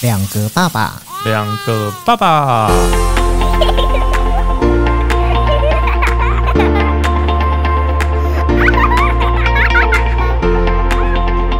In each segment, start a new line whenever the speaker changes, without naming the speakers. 两个爸爸，
两个爸爸。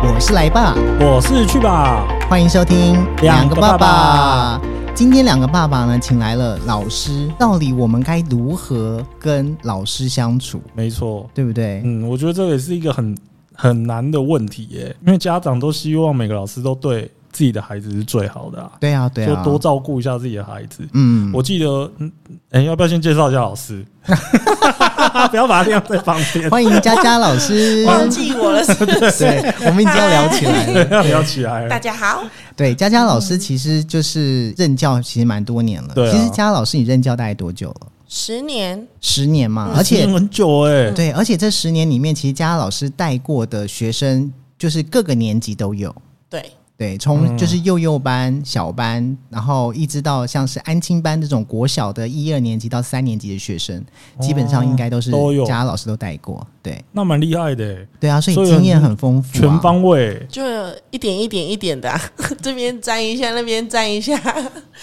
我是来爸，
我是去吧，
欢迎收听
两个爸爸。
今天两个爸爸呢，请来了老师，到底我们该如何跟老师相处，
没错。
对不对？
嗯，我觉得这也是一个很很难的问题耶，因为家长都希望每个老师都对自己的孩子是最好的啊，
对啊，对
就
啊，
多照顾一下自己的孩子。
嗯，
我记得，嗯，哎、要不要先介绍一下 老师？ 不要把它晾在旁边，
欢迎佳佳老师
。
忘记我了，是不是
对，我们已经要聊起来了。
要聊起来
大
了。
家好，
对，佳佳老师其实就是任教，其实蛮多年了。
对啊
其实佳佳老师，你任教大概多久了？
十年
十年嘛，而且
嗯很久哎、
对，而且这十年里面，其实佳佳老师带过的学生，就是各个年级都有。
对，
对，
嗯
从就是幼幼班、小班，然后一直到像是安亲班这种国小的一二年级到三年级的学生，基本上应该都是
哦都有
佳佳老师都带过。对，
那蛮厉害的耶、
对啊，所以
所以
经验
很
很丰富、啊，
全方位、
就一点一点一点的啊、 这边沾一下，那边沾一下，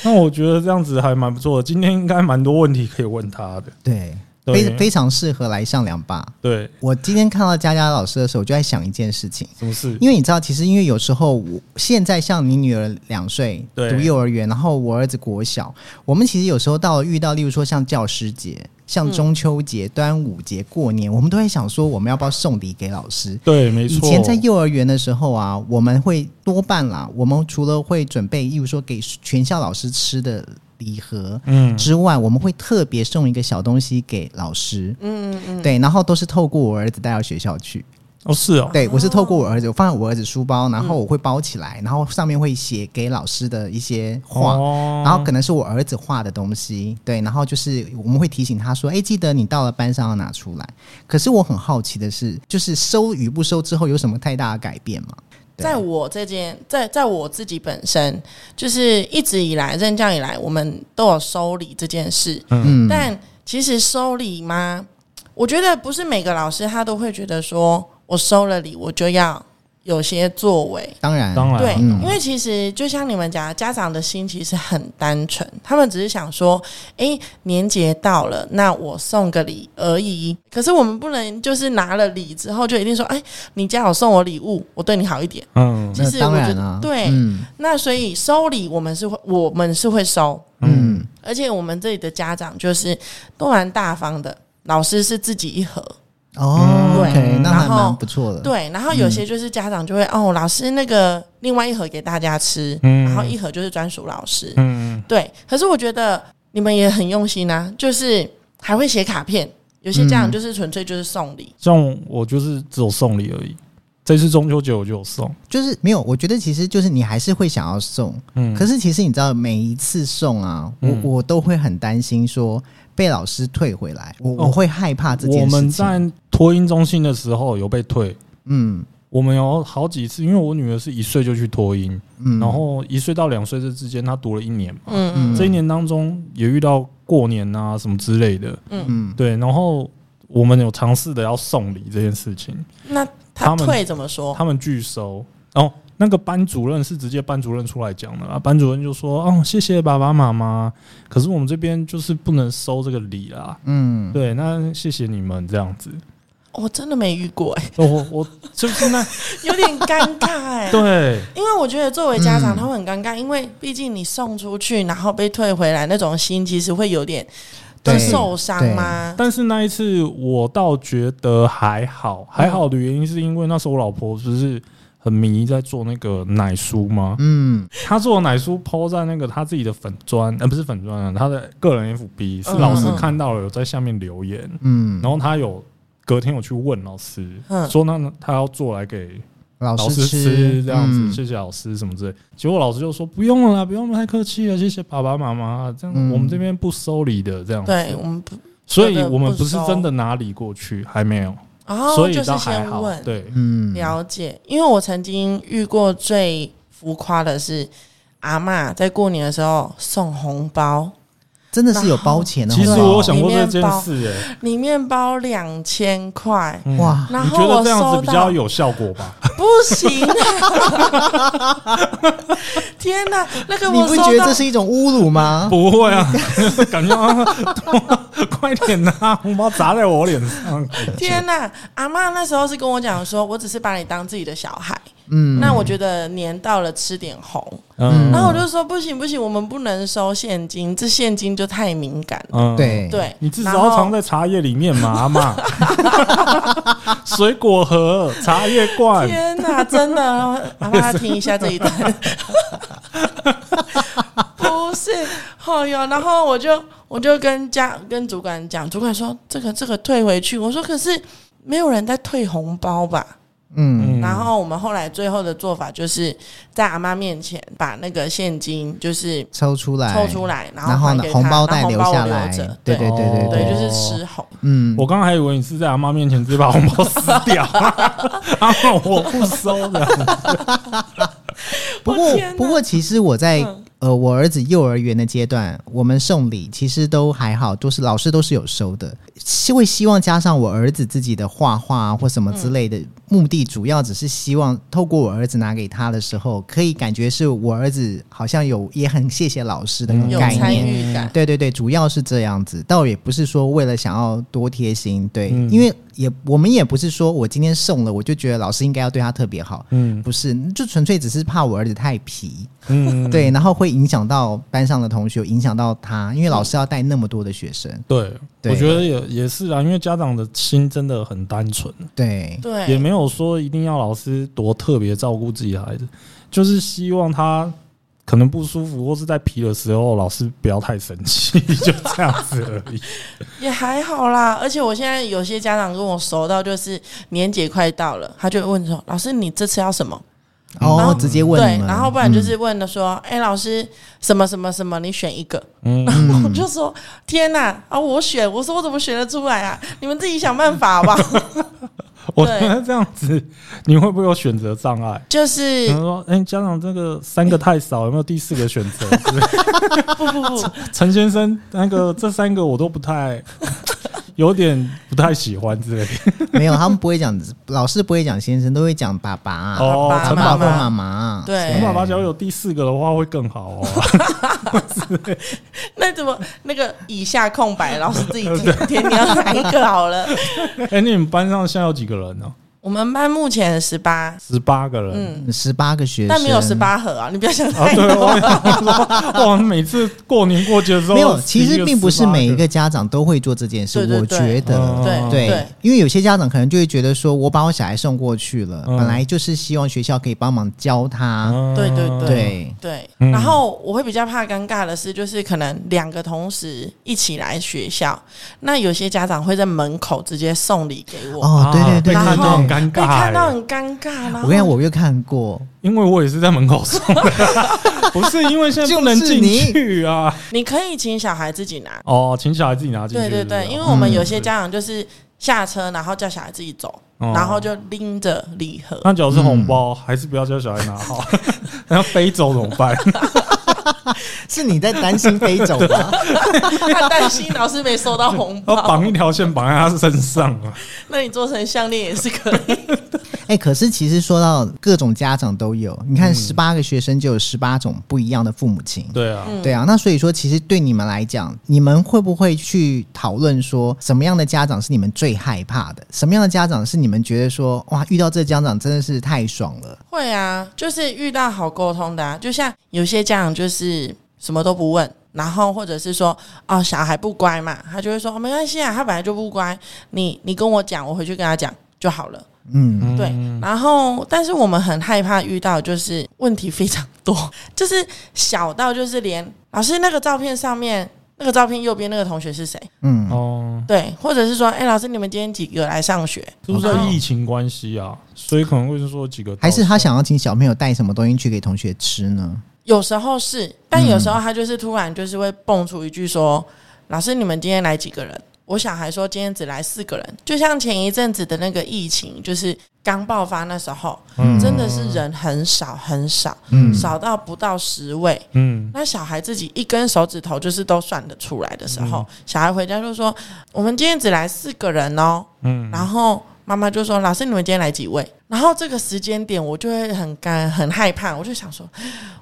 那我觉得这样子还蛮不错的。今天应该蛮多问题可以问他的。
对，
对
非非常适合来上两把。
对，
我今天看到佳佳老师的时候，我就在想一件事情，
什么事？
因为你知道，其实因为有时候我现在像你女儿两岁
对
读幼儿园，然后我儿子国小，我们其实有时候到了遇到，例如说像教师节、像中秋节、端午节、过年，我们都会想说，我们要不要送礼给老师？
对，没错。
以前在幼儿园的时候啊，我们会多半啦，我们除了会准备，例如说给全校老师吃的礼盒，
嗯，
之外，我们会特别送一个小东西给老师，
嗯嗯，
对，然后都是透过我儿子带到学校去。
哦，是哦，
对我是透过我儿子，我放在我儿子书包，然
嗯
后我会包起来，然后上面会写给老师的一些话。
哦
然后可能是我儿子画的东西，对，然后就是我们会提醒他说，哎，记得你到了班上要拿出来。可是我很好奇的是，就是收与不收之后有什么太大的改变吗？对
在我这间，在在我自己本身，就是一直以来任教以来，我们都有收礼这件事，
嗯，
但其实收礼嘛，我觉得不是每个老师他都会觉得说我收了礼，我就要有些作为，
当然，
当然，
对，
嗯
因为其实就像你们讲的，家长的心其实很单纯，他们只是想说，诶，年节到了，那我送个礼而已。可是我们不能就是拿了礼之后就一定说，哎，你家有送我礼物，我对你好一点。
嗯，
其
那
实
当
我觉
然
得
啊，
对
嗯
那所以收礼我们是会，我们是会收，
嗯，
而且我们这里的家长就是都蛮大方的，老师是自己一盒。
哦
嗯对
，OK，那还
然后
蛮不错的，
对，然后有些就是家长就会、哦，老师那个另外一盒给大家吃，
嗯
然后一盒就是专属老师，
嗯，
对。可是我觉得你们也很用心啊，就是还会写卡片，有些家长就是纯粹就是送礼，
像我就是只有送礼而已。这次中秋节我就有送，
就是没有，我觉得其实就是你还是会想要送，
嗯，
可
是
是其实你知道，每一次送啊，我、
嗯
我都会很担心说被老师退回来，我、
哦
我会害怕这件事情。
我们在托婴中心的时候有被退，
嗯
我们有好几次，因为我女儿是一岁就去托婴，
嗯，
然后一岁到两岁这之间，她读了一年嘛，
嗯
嗯
这一年当中也遇到过年啊什么之类的，
嗯，
对，然后我们有尝试的要送礼这件事情，
那
他
他
们
退怎么说？
他们拒收。哦，那个班主任是直接班主任出来讲的啦，班主任就说：“哦，谢谢爸爸妈妈，可是我们这边就是不能收这个礼啦。”
嗯，
对，那谢谢你们这样子。
哦我真的没遇过、欸，
我我我就是 那
有点尴尬哎、
对
因为我觉得作为家长，
嗯
他会很尴尬，因为毕竟你送出去，然后被退回来，那种心其实会有点
对
会受伤吗？
但是那一次我倒觉得还好，还好的原因是因为那时候我老婆不是很迷在做那个奶酥吗？
嗯
她做的奶酥抛在那个她自己的粉砖，呃，不是粉砖啊，她的个人 FB 是老师
嗯嗯嗯
看到了有在下面留言，
嗯，
然后她有隔天有去问老师，
嗯
说那她要做来给
老
老
师
师吃这样子，
嗯
谢谢老师什么之类。结果老师就说不用了啦，不用了太客气了，谢谢爸爸妈妈。这样
嗯
我们这边不收礼的这样子，
对，我们不，
所以
真的
我们
不
不是
收
真的拿礼过去，还没有，
然后
所以
哦就是
倒还
先
好
问，。
对，
嗯，
了解，因为我曾经遇过最浮夸的是，阿嬷在过年的时候送红包，
真的是有包钱的，
其实
好不好
我有想过这件
里面包
事、 欸，
里面包两千块，
嗯
哇
然
你
后
觉得
我
这样子
收
比较
到，
有效果吧？
不行、啊 天哪，那个
你
我
不
收
觉得
到
这是一种侮辱吗？
不会啊， 感觉啊， 快点拿红包砸在我脸上。
天呐，阿妈那时候是跟我讲说，我只是把你当自己的小孩。
嗯，
那我觉得年到了吃点红，
嗯
然后我就说不行不行，我们不能收现金，这现金就太敏感了。
嗯，
对
对，
你至
然后
少藏在茶叶里面嘛，阿妈。 水果盒、茶叶罐，
天哪，真的， 阿妈听一下这一段。不是，哦哟，然后我就我就跟家跟主管讲，主管说这个这个退回去，我说可是没有人在退红包吧？
嗯
嗯
然后我们后来最后的做法就是在阿妈面前把那个现金就是
抽出来，
抽出来，
然后
还
呢
给，他，
红包
然
袋
后
留
红包
下
我
来
留着，
对对
对
哦
对对
对，
对，
就是吃红。
嗯，
我刚刚还以为你是在阿妈面前直接把红包撕掉， 阿妈我不收的。
不
我
过
天哪
不过，其实我在、
嗯
呃我儿子幼儿园的阶段，我们送礼其实都还好，都是老师都是有收的，是会希望加上我儿子自己的画画啊或什么之类的、目的，主要只是希望透过我儿子拿给他的时候，可以感觉是我儿子好像有也很谢谢老师的那
嗯有
种概
参
念。
与感，
对对对，主要是这样子，倒也不是说为了想要多贴心，对，
嗯
因为也我们也不是说我今天送了，我就觉得老师应该要对他特别好，
嗯
不是，就纯粹只是怕我儿子太皮，
嗯，
对，然后会影响到班上的同学，影响到他，因为老师要带那么多的学生，
对，
对
我觉得也也是啊，因为家长的心真的很单纯，
对，
也
对，
没有说一定要老师多特别照顾自己的孩子，就是希望他可能不舒服或是在皮的时候，老师不要太生气， 就这样子而已。
也还好啦。而且我现在有些家长跟我熟到，就是年节快到了，他就会问说：“老师，你这次要什么？”嗯然后
哦，直接问
对
你，们，
然后不然就是问了说：“哎，老师，什么什么什么，你选一个。”
嗯，
我就说：“天哪，啊，我选，我说我怎么选得出来啊？你们自己想办法吧。”
我觉得这样子你会不会有选择障碍？
就是
比如说，哎、家长这个三个太少，有没有第四个选择？ 之类的
不不不，
陈先生，那个这三个我都不太，有点不太喜欢之类的。
嗯没有，他们不会讲， 老师不会讲先生，都会讲爸啊爸、
哦
爸
陈
爸
宝或
妈
妈啊
妈，
妈，
对
我爸爸假如有第四个的话会更好哦。
那怎么那个以下空白，老师自己填填，你要哪一个好了？
哎、那你们班上现在有几个人呢、
我们班目前十八，
十八个人。
嗯，
十八个学生，
但没有十。八盒啊，你不要想
啊，
太
对，
多。
我想说，哇，每次过年过节的时候，
没有，其
11
实
个
并不是每一
18
个家长都会做这件事，
对对
我
对哦
觉得，
嗯
对
对，因为有些家长可能就会觉得说，我把我小孩送过去了，
嗯
本来就是希望学校可以帮忙教他。
嗯
对对对
对，
对，
嗯
然后我会比较怕尴尬的是，就是可能两个同时一起来学校，那有些家长会在门口直接送礼给我，
哦，对对
啊
对
被看到
对
很
对。
尴
被
尬、
看到
欸，
很尴尬。然后
我跟你讲，我又看过，
因为我也是在门口送 的，不是因为现在不能
就是
进
你
去啊。
你可以请小孩自己拿，
哦，请小孩自己拿进去
对
是不
对
是。
对，因为我们有些家长就是下车，然后叫小孩自己走，
哦
然后就拎着礼 盒。
那假如是红包，还是不要叫小孩拿好， 然后飞走怎么办？
是你在担心飞走 吗？
他担心老师没收到红
要
包，
绑一条线绑在他身上啊！
那你做成项链也是可以。
哎，可是其实说到各种家长都有，你
嗯
看十八个学生就有十八种不一样的父母亲。
对啊，
嗯
对啊，那所以说，其实对你们来讲，你们会不会去讨论说，什么样的家长是你们最害怕的？什么样的家长是你们觉得说，哇，遇到这家长真的是太爽了？
会啊，就是遇到好沟通的、啊，就像有些家长就是什么都不问。然后，或者是说，哦，小孩不乖嘛，他就会说、哦没关系啊，他本来就不乖，你你跟我讲，我回去跟他讲就好了。
嗯，
对，然后但是我们很害怕遇到，就是问题非常多， 就是小到就是连老师那个照片上面那个照片右边那个同学是谁？
嗯，
哦，
对，或者是说，哎、老师你们今天几个来上学？
是不是在疫情关系啊？所以可能会是说几个，
还是他想要请小朋友带什么东西去给同学吃呢？
有时候是，但有时候他就是突然就是会蹦出一句说：“
嗯
老师，你们今天来几个人？”我小孩说：“今天只来四个人。”就像前一阵子的那个疫情，就是刚爆发那时候，
嗯
真的是人很少很少，
嗯
少到不到十位。
嗯，
那小孩自己一根手指头就是都算得
嗯
出来的时候，小孩回家就说：“我们今天只来四个人哦。”
嗯
然后妈妈就说：“老师，你们今天来几位？”然后这个时间点我就会很干很害怕，我就想说，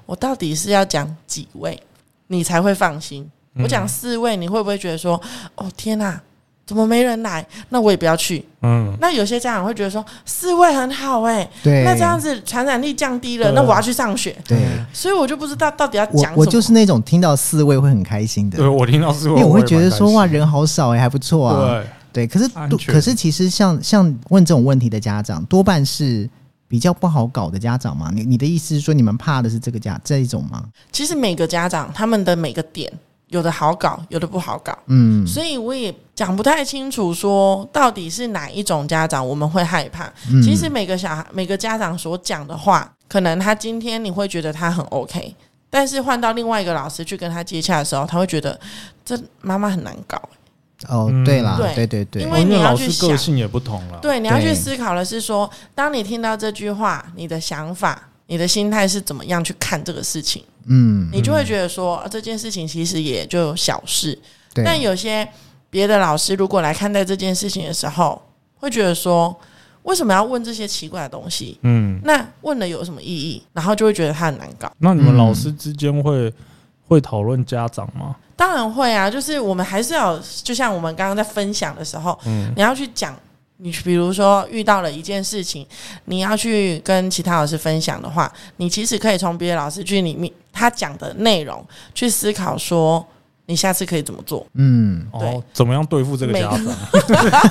我到底是要讲几位你才会放心？
嗯
嗯
我讲四位，你会不会觉得说：“哦天哪、怎么没人来？那我也不要去。
嗯，
那有些家长会觉得说四位很好哎、
对，
那这样子传染力降低了，
对
那我要去上学。
对。
所以我就不知道到底要
我
讲什么。
我就是那种听到四位会很开心的
对，我听到是，
因为我会觉得说哇，人好少哎、还不错啊。对，
对，
可是
安
多
全
可是其实像像问这种问题的家长，多半是比较不好搞的家长嘛。你你的意思是说，你们怕的是这个家这一种吗？
其实每个家长他们的每个点，有的好搞，有的不好搞，
嗯，
所以我也讲不太清楚，说到底是哪一种家长我们会害怕。
嗯
其实每个小孩、每个家长所讲的话，可能他今天你会觉得他很 OK，但是换到另外一个老师去跟他接洽的时候，他会觉得这妈妈很难搞。
哦，
嗯
对啦，
对
对对对
因
哦
为
因
你
为
要
老
去
师个
想
性也不同了，，
对，你要去
对
思考的是说，当你听到这句话，你的想法、你的心态是怎么样去看这个事情，
嗯，
你就会觉得说、啊这件事情其实也就小事。
对，
但有些别的老师如果来看待这件事情的时候，会觉得说，为什么要问这些奇怪的东西？
嗯，
那问了有什么意义？然后就会觉得他很难搞。
那你们
嗯
老师之间会会讨论家长吗？
当然会啊，就是我们还是要，就像我们刚刚在分享的时候，
嗯
你要去讲，你比如说遇到了一件事情，你要去跟其他老师分享的话，你其实可以从别的老师剧里面他讲的内容去思考说。你下次可以怎么做？
嗯，
哦
对，
怎么样对付这个
每
家长？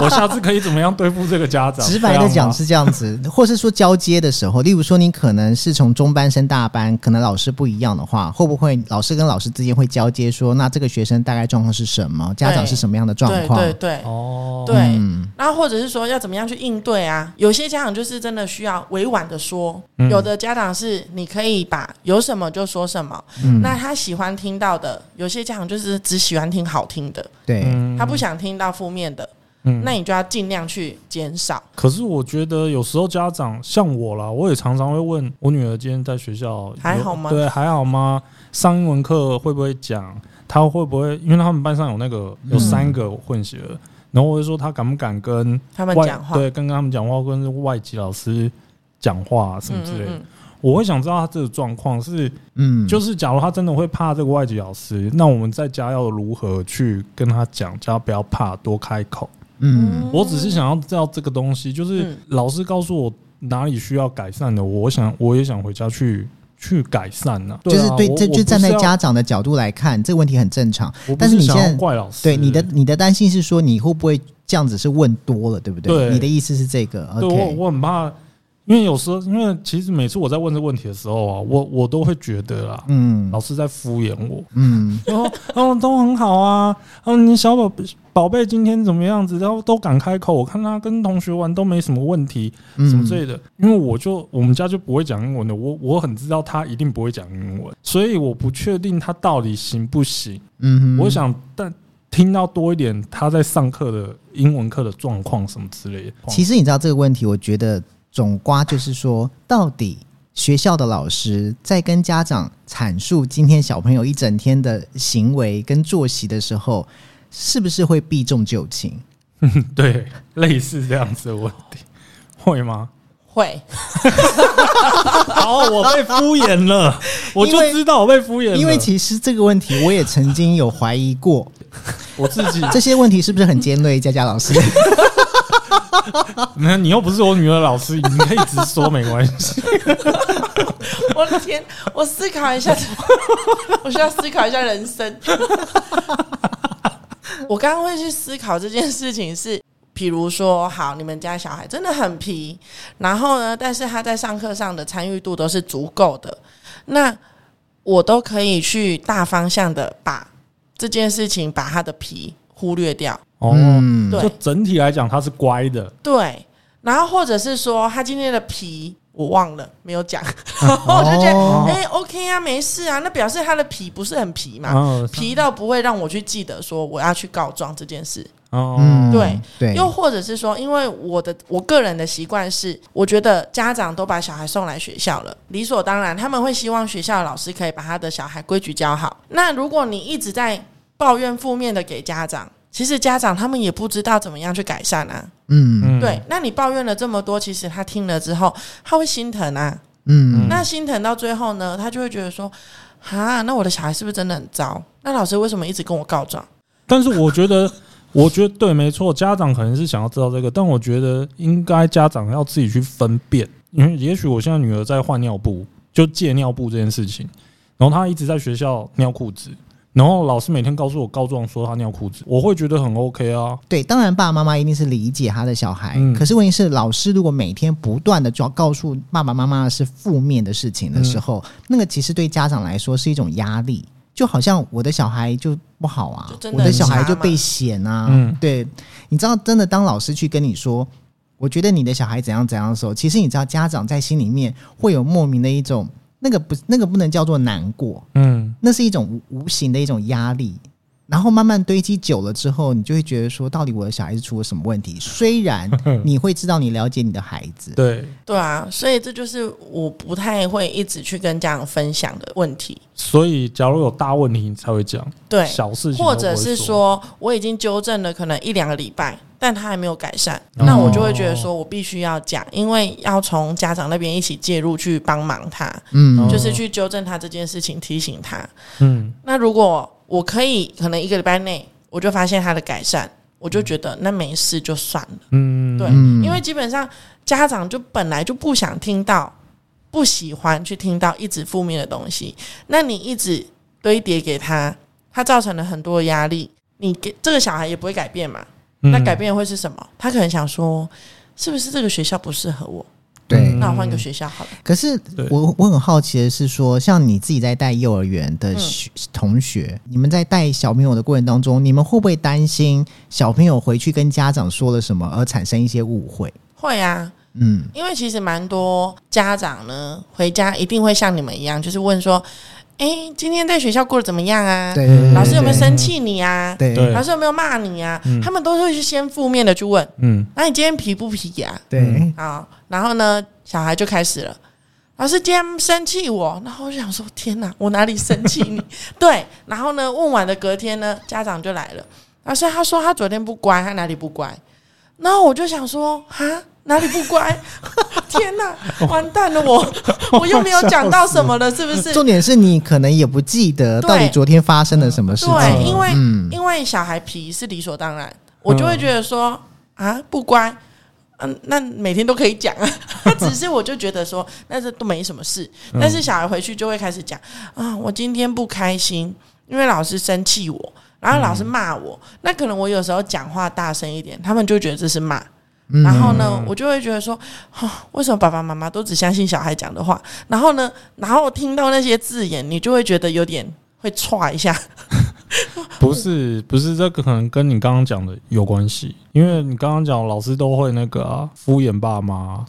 我下次可以怎么样对付这个家长？
直白的
这样
讲
吗
是这样子， 或是说交接的时候，例如说你可能是从中班升大班，可能老师不一样的话，会不会老师跟老师之间会交接说，那这个学生大概状况是什么，家长是什么样的状
对
况？
对对
哦，
对，
嗯
然后或者是说要怎么样去应对啊？有些家长就是真的需要委婉的说，
嗯
有的家长是你可以把有什么就说什么，
嗯
那他喜欢听到的，有些家长就是只喜欢听好听的，
对，
嗯
他不想听到负面的，
嗯
那你就要尽量去减少。
可是我觉得有时候家长像我啦，我也常常会问我女儿今天在学校
还
有
好吗
对，还好吗？上英文课会不会讲？她会不会？因为他们班上有那个
嗯
有三个混血儿，然后我就说她敢不敢跟
他们
外
讲话，
对，跟他们讲话，跟外籍老师讲话、什么
嗯
之类的。
嗯嗯，
我会想知道她这个状况是，
嗯，
就是假如她真的会怕这个外籍老师，那我们在家要如何去跟她讲，叫她不要怕，多开口。
嗯
我只是想要知道这个东西，就是
嗯
老师告诉我哪里需要改善的，我想我也想回家去去改善呐、啊。
就是
啊
对，
我
这
我
就
不
站
是
在
要，
家长的角度来看，这个问题很正常。
我不
但是你
想
现
要
在
怪老师，
对你的你的担心是说你会不会这样子是问多了，对不对？
对
你的意思是这个
对我
？OK，
我很怕，因为有时候因为其实每次我在问这问题的时候啊，我我都会觉得啊，
嗯
老师在敷衍我。
嗯，
然后，嗯，都很好啊。嗯，你小宝宝贝今天怎么样子？然后都敢开口，我看他跟同学玩都没什么问题。
嗯
什么之类的。因为我就我们家就不会讲英文的，我我很知道他一定不会讲英文，所以我不确定他到底行不行。
嗯哼，
我想，但听到多一点他在上课的英文课的状况什么之类的。
其实你知道这个问题，我觉得总瓜就是说，到底学校的老师在跟家长阐述今天小朋友一整天的行为跟作息的时候，是不是会避重就轻？
对类似这样子的问题，会吗？
会，
好，我被敷衍 了，我就知道我被敷衍了，
因为其实这个问题我也曾经有怀疑过，
我自己，
这些问题是不是很尖锐？佳佳老师，
那你又不是我女儿老师，你可以直说没关系。
我的天，我思考一下， 我需要思考一下人生。 我刚刚会去思考这件事情是，比如说，好，你们家小孩真的很皮，然后呢，但是他在上课上的参与度都是足够的，那我都可以去大方向的把这件事情把他的皮忽略掉，
哦，
嗯，
对
就整体来讲，他是乖的，
对，然后或者是说他今天的皮我忘了没有 讲，然后我就觉得
哦
哎、o k 啊，没事啊，那表示他的皮不是很皮嘛，
哦
皮到不会让我去记得说我要去告状这件事。
哦，
嗯，
对
对，
又或者是说，因为我的我个人的习惯是，我觉得家长都把小孩送来学校了，理所当然，他们会希望学校的老师可以把他的小孩规矩教好。那如果你一直在抱怨负面的给家长，其实家长他们也不知道怎么样去改善啊。
嗯
嗯，
对，那你抱怨了这么多，其实他听了之后，他会心疼啊。
嗯
那心疼到最后呢，他就会觉得说，哈，那我的小孩是不是真的很糟？那老师为什么一直跟我告状？
但是我觉得， 我觉得对，没错，家长可能是想要知道这个，但我觉得应该家长要自己去分辨，因为也许我现在女儿在换尿布，就借尿布这件事情，然后她一直在学校尿裤子，然后老师每天告诉我告状说她尿裤子，我会觉得很 OK 啊，
对，当然爸爸妈妈一定是理解他的小孩，
嗯
可是问题是，老师如果每天不断的就要告诉爸爸妈妈的是负面的事情的时
嗯
候，那个其实对家长来说是一种压力。就好像我的小孩就不好啊
就，真的
我的小孩
很差
就
嘛
被嫌啊。
嗯
对，你知道，真的当老师去跟你说，我觉得你的小孩怎样怎样的时候，其实你知道，家长在心里面会有莫名的一种那个不那个不能叫做难过，
嗯，
那是一种无无形的一种压力，然后慢慢堆积久了之后，你就会觉得说，到底我的小孩子出了什么问题？虽然你会知道你了解你的孩子，
对，
对啊，所以这就是我不太会一直去跟家长分享的问题。
所以假如有大问题你才会讲，
对，
小事情都不
或
会
者是
说，
说我已经纠正了可能一两个礼拜，但他还没有改善，
哦
那我就会觉得说我必须要讲，因为要从家长那边一起介入去帮忙他，
哦
嗯
就是去纠正他这件事情，提醒他。
嗯，
那如果我可以，可能一个礼拜内我就发现他的改善，我就觉得那没事就算了。
嗯，
对，
嗯
因为基本上家长就本来就不想听到，不喜欢去听到一直负面的东西，那你一直堆叠给他，他造成了很多的压力，你给这个小孩也不会改变嘛？
嗯
那改变会是什么？他可能想说，是不是这个学校不适合我？
对。
那我换个学校好了。
可是
对
我我很好奇的是说，像你自己在带幼儿园的学同学，你们在带小朋友的过程当中，你们会不会担心小朋友回去跟家长说了什么而产生一些误会？
会啊，
嗯
因为其实蛮多家长呢，回家一定会像你们一样，就是问说：“哎、今天在学校过得怎么样啊？
对对对
老师有没有
对
生气你啊？
对嗯
对
老师有没有骂你啊？”他们都会去先负面的去问
嗯，：“
那你今天皮不皮呀、
对
啊，然后呢，小孩就开始了。老师今天生气我，然后我就想说天哪，我哪里生气你？对，然后呢，问完的隔天呢，家长就来了。老师他说他昨天不乖，他哪里不乖？然后我就想说哈，哪里不乖？ 天哪，完蛋了我，我又没有讲到什么了，是不是？
重点是你可能也不记得
对
到底昨天发生了什么事
对，
情。
因为、
嗯
因为小孩皮是理所当然，我就会觉得
嗯
说、啊不乖，嗯，那每天都可以讲啊。 他只是我就觉得说，那这都没什么事。
嗯
但是小孩回去就会开始讲啊，我今天不开心，因为老师生气我，然后老师骂我。
嗯
那可能我有时候讲话大声一点，他们就觉得这是骂。
嗯
然后呢，我就会觉得说，哦，为什么爸爸妈妈都只相信小孩讲的话？然后呢，然后听到那些字眼，你就会觉得有点会歘一下，
不是不是，这个可能跟你刚刚讲的有关系，因为你刚刚讲老师都会那个啊，敷衍爸妈啊。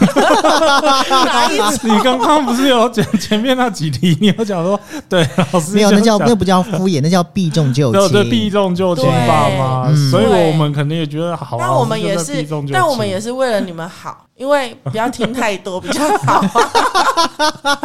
哪一种
你刚刚不是有讲前面那几题，你有讲说对老师
没有，那叫
讲
那不叫敷衍，那叫避重就
对
轻。
对避重就轻
对
爸妈，啊
嗯
所以
对
我们肯定也觉得好啊。
但我们也
老师就是避重，就
但我们也
是
是为了你们好， 因为不要听太多比较好、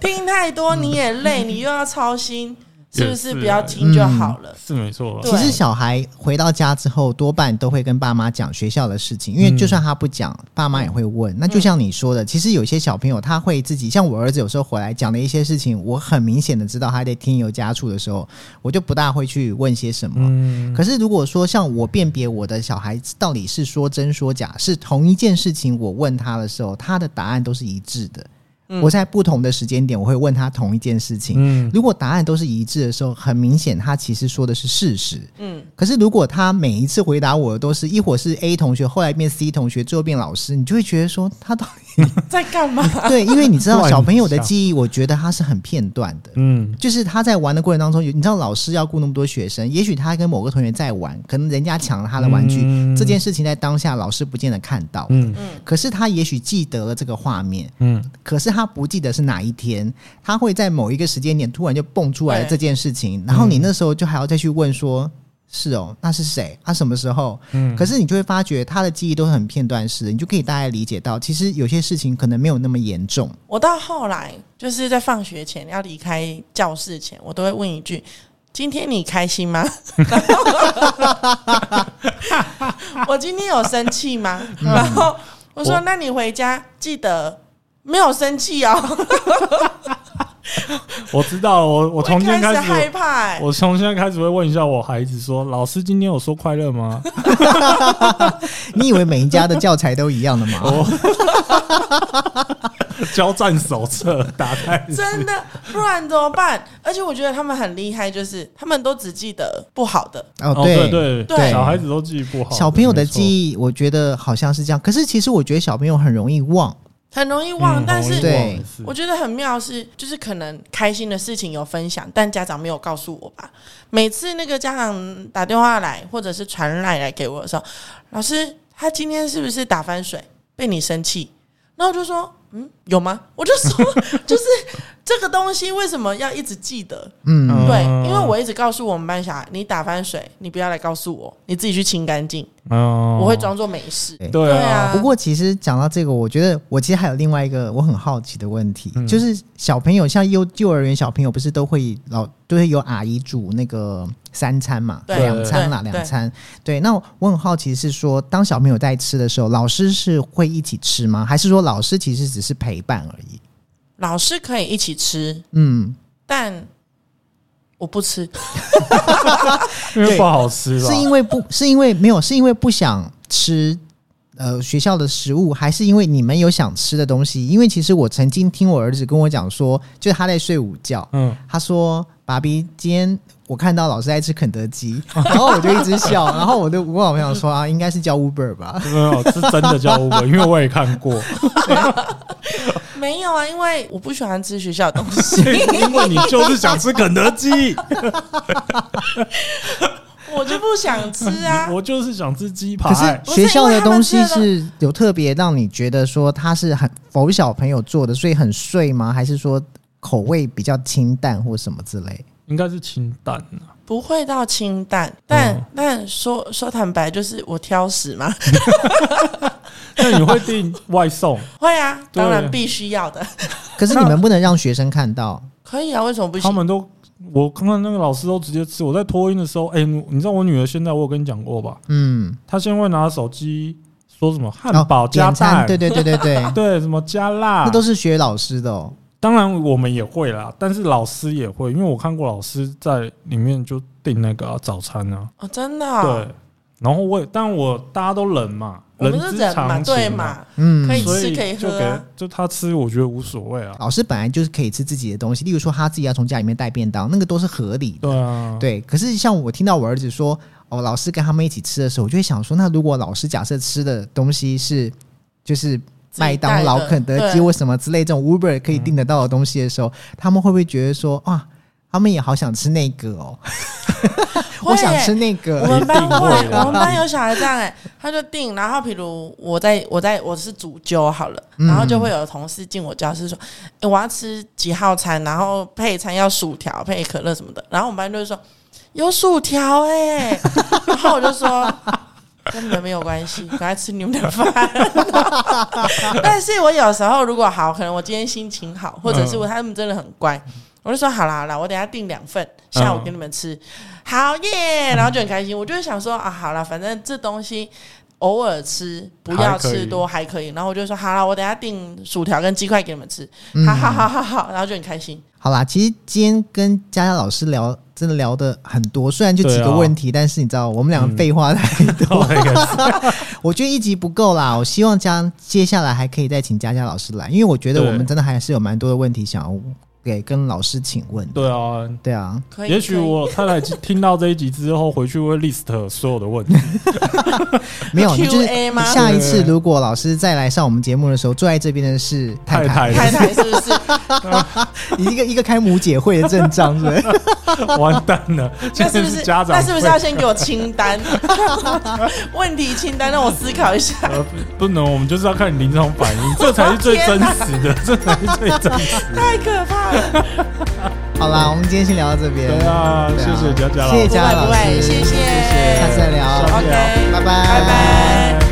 听太多你也累，你又要操心，是不
也
是？
是
不要听就好了。
是没错了。
其实
对
小孩回到家之后，多半都会跟爸妈讲学校的事情，因为
嗯
就算他不讲，爸妈也会问。那就像你说的，其实有些小朋友他会自己，像我儿子有时候回来讲的一些事情，我很明显的知道他在添油加醋的时候，我就不大会去问些什么。
嗯，
可是如果说像我辨别我的小孩到底是说真说假，是同一件事情，我问他的时候，他的答案都是一致的。我在不同的时间点，我会问他同一件事情。
嗯
如果答案都是一致的时候，很明显他其实说的是事实。
嗯，
可是如果他每一次回答我的都是一会儿是 A 同学，后来变 C 同学，最后变老师，你就会觉得说他到底
在干嘛？
对，因为你知
乱
道
一
小朋友的
下
记忆，我觉得他是很片段的。
嗯
就是他在玩的过程当中，有你知道老师要顾那么多学生，也许他跟某个同学在玩，可能人家抢了他的玩具，
嗯
这件事情在当下老师不见得看到，
嗯
可是他也许记得了这个画面，
嗯，
可是他不记得是哪一天，他会在某一个时间点突然就蹦出来
对
这件事情，然后你那时候就还要再去问说。是哦，那是谁？他、什么时候？
嗯
可是你就会发觉他的记忆都是很片段式的，你就可以大概理解到，其实有些事情可能没有那么严重。
我到后来就是在放学前要离开教室前，我都会问一句：“今天你开心吗？ 然后我今天有生气吗？然后我说
嗯我
那你回家记得没有生气哦。
我知道了，我我从今天
一开
开
害
始，
怕、欸，
我从现在开始会问一下我孩子说，老师今天有说快乐 吗？
你以为每一家的教材都一样的吗？
交战手册打开，
真的，不然怎么办？而且我觉得他们很厉害，就是他们都只记得不好的，
哦，
哦
对
对
对
小孩子都记忆不好，
小朋友的
忆。
记忆，我觉得好像是这样。可是其实我觉得小朋友很容易忘，
很容易忘。
嗯
但是
对
我觉得很妙的是，就是可能开心的事情有分享，但家长没有告诉我吧。每次那个家长打电话来，或者是传来来给我的时候，老师，他今天是不是打翻水被你生气？然后我就说，嗯，有吗？我就说， 就是这个东西为什么要一直记得？
嗯，
对，
嗯
因为我一直告诉我们班小孩，你打翻水，你不要来告诉我，你自己去清干净，
嗯
我会。装作没事。
对
对啊，
啊
不过其实讲到这个，我觉得我其实还有另外一个我很好奇的问题，
嗯
就是小朋友像幼幼儿园小朋友不是都会老都会有阿姨煮那个三餐嘛，
对
两餐啦，
对
两餐。对，那我很好奇是说，当小朋友在吃的时候，老师是会一起吃吗？还是说老师其实只是陪伴而已？
老师可以一起吃，
嗯，
但我不吃。
因为不好吃吧？
是因为不是因为没有，是因为不想吃呃学校的食物，还是因为你们有想吃的东西？因为其实我曾经听我儿子跟我讲说，就是他在睡午觉，
嗯，
他说：“爸比，今天我看到老师在吃肯德基， 然后我就一直笑，然后我就我好朋友说啊，应该是叫 Uber 吧。
没有是真的叫 Uber，因为我也看过，
没有啊，因为我不喜欢吃学校的东 西，
因为你就是想吃肯德 基，
我就不想吃 啊。
我就是想吃鸡
可是
排。
学校的东西是有特别让你觉得说它是很否小朋友做的，所以很碎吗？还是说口味比较清淡或什么之类？
应该是清淡啊，
不会到清淡，但、
嗯
但说说坦白，就是我挑食嘛。
那你会订外送？
会啊，
对
当然必须要的。
可是你们不能让学生看到，
可以啊，为什么不
他
行？
们都，我看看那个老师都直接吃。我在托音的时候，哎、你你知道我女儿现在我有跟你讲过吧？
嗯，
她现在会拿手机说什么汉堡
哦
加
点餐
蛋，啊
对对对对对，
对，什么加辣，
那都是学老师的哦。
当然我们也会啦，但是老师也会，因为我看过老师在里面就订那个啊、早餐啊，
哦，真的哦、
对。然后我也，但我大家都人嘛，
我们是
之
人嘛，
常
对
情啊
嘛？
嗯，
可以
所
吃可以
以就
喝
给
啊
就他吃，我觉得无所谓啊。
老师本来就是可以吃自己的东西，例如说他自己要从家里面带便当，那个都是合理的。
对啊，
对，可是像我听到我儿子说，哦，老师跟他们一起吃的时候，我就会想说，那如果老师假设吃的东西是就是
自己
麦当劳、
带的
肯德基
对
或什么之类这种 Uber 可以订得到的东西的时候，他们会不会觉得说，啊，他们也好想吃那个 哦，
会
我想
耶
吃那
我
个，
们班会，
一定会的
我们 班有小孩这样哎、他就定，然后比如我在我在我是主揪好了，然后就会有同事进我教室说、诶我要吃几号餐，然后配餐要薯条配可乐什么的，然后我们班就会说有薯条哎、 然后我就说。跟你们没有关系，赶快吃你们的饭。但是我有时候如果好，可能我今天心情好，或者是我他们真的很乖，我就说好啦好啦，我等一下订两份，
嗯
下午给你们吃。好耶，然后就很开心。我就会想说啊，好了，反正这东西偶尔吃，不要吃多还可以。然后我就说好了，我等下订薯条跟鸡块给你们吃，
嗯
好好好好好，然后就很开心。
好啦，其实今天跟佳佳老师聊，真的聊的很多，虽然就几
对
个
啊
问题，但是你知道我们两个
嗯
废话太多，
那个
我觉得一集不够啦。我希望佳接下来还可以再请佳佳老师来，因为我觉得我们
对
真的还是有蛮多的问题想要给跟老师请问的。
对啊。
对啊，
可以，
也许
可以
我太太听到这一集之后，回去会 list 所有的问题。
没有，你就是
Q&A 吗
下一次如果老师再来上我们节目的时候，坐在这边的是太
太
太太是不是？
一个一个开母姐会的阵仗，是不是？
完蛋了，今
那是
天
不是
家长
那
会，
是不是要先给我 清单？问题清单让我思考一下。
呃不不能？我们就是要看你临场反 应，这才是最真实的，这才是最真实的。
太可怕了！
好啦，我们今天先聊到这边，
对啊，
对
谢
啊
谢佳佳老师，
谢谢佳佳
不会不
老师，
会谢谢
下次再聊，
下次
OK，
拜拜，
拜拜。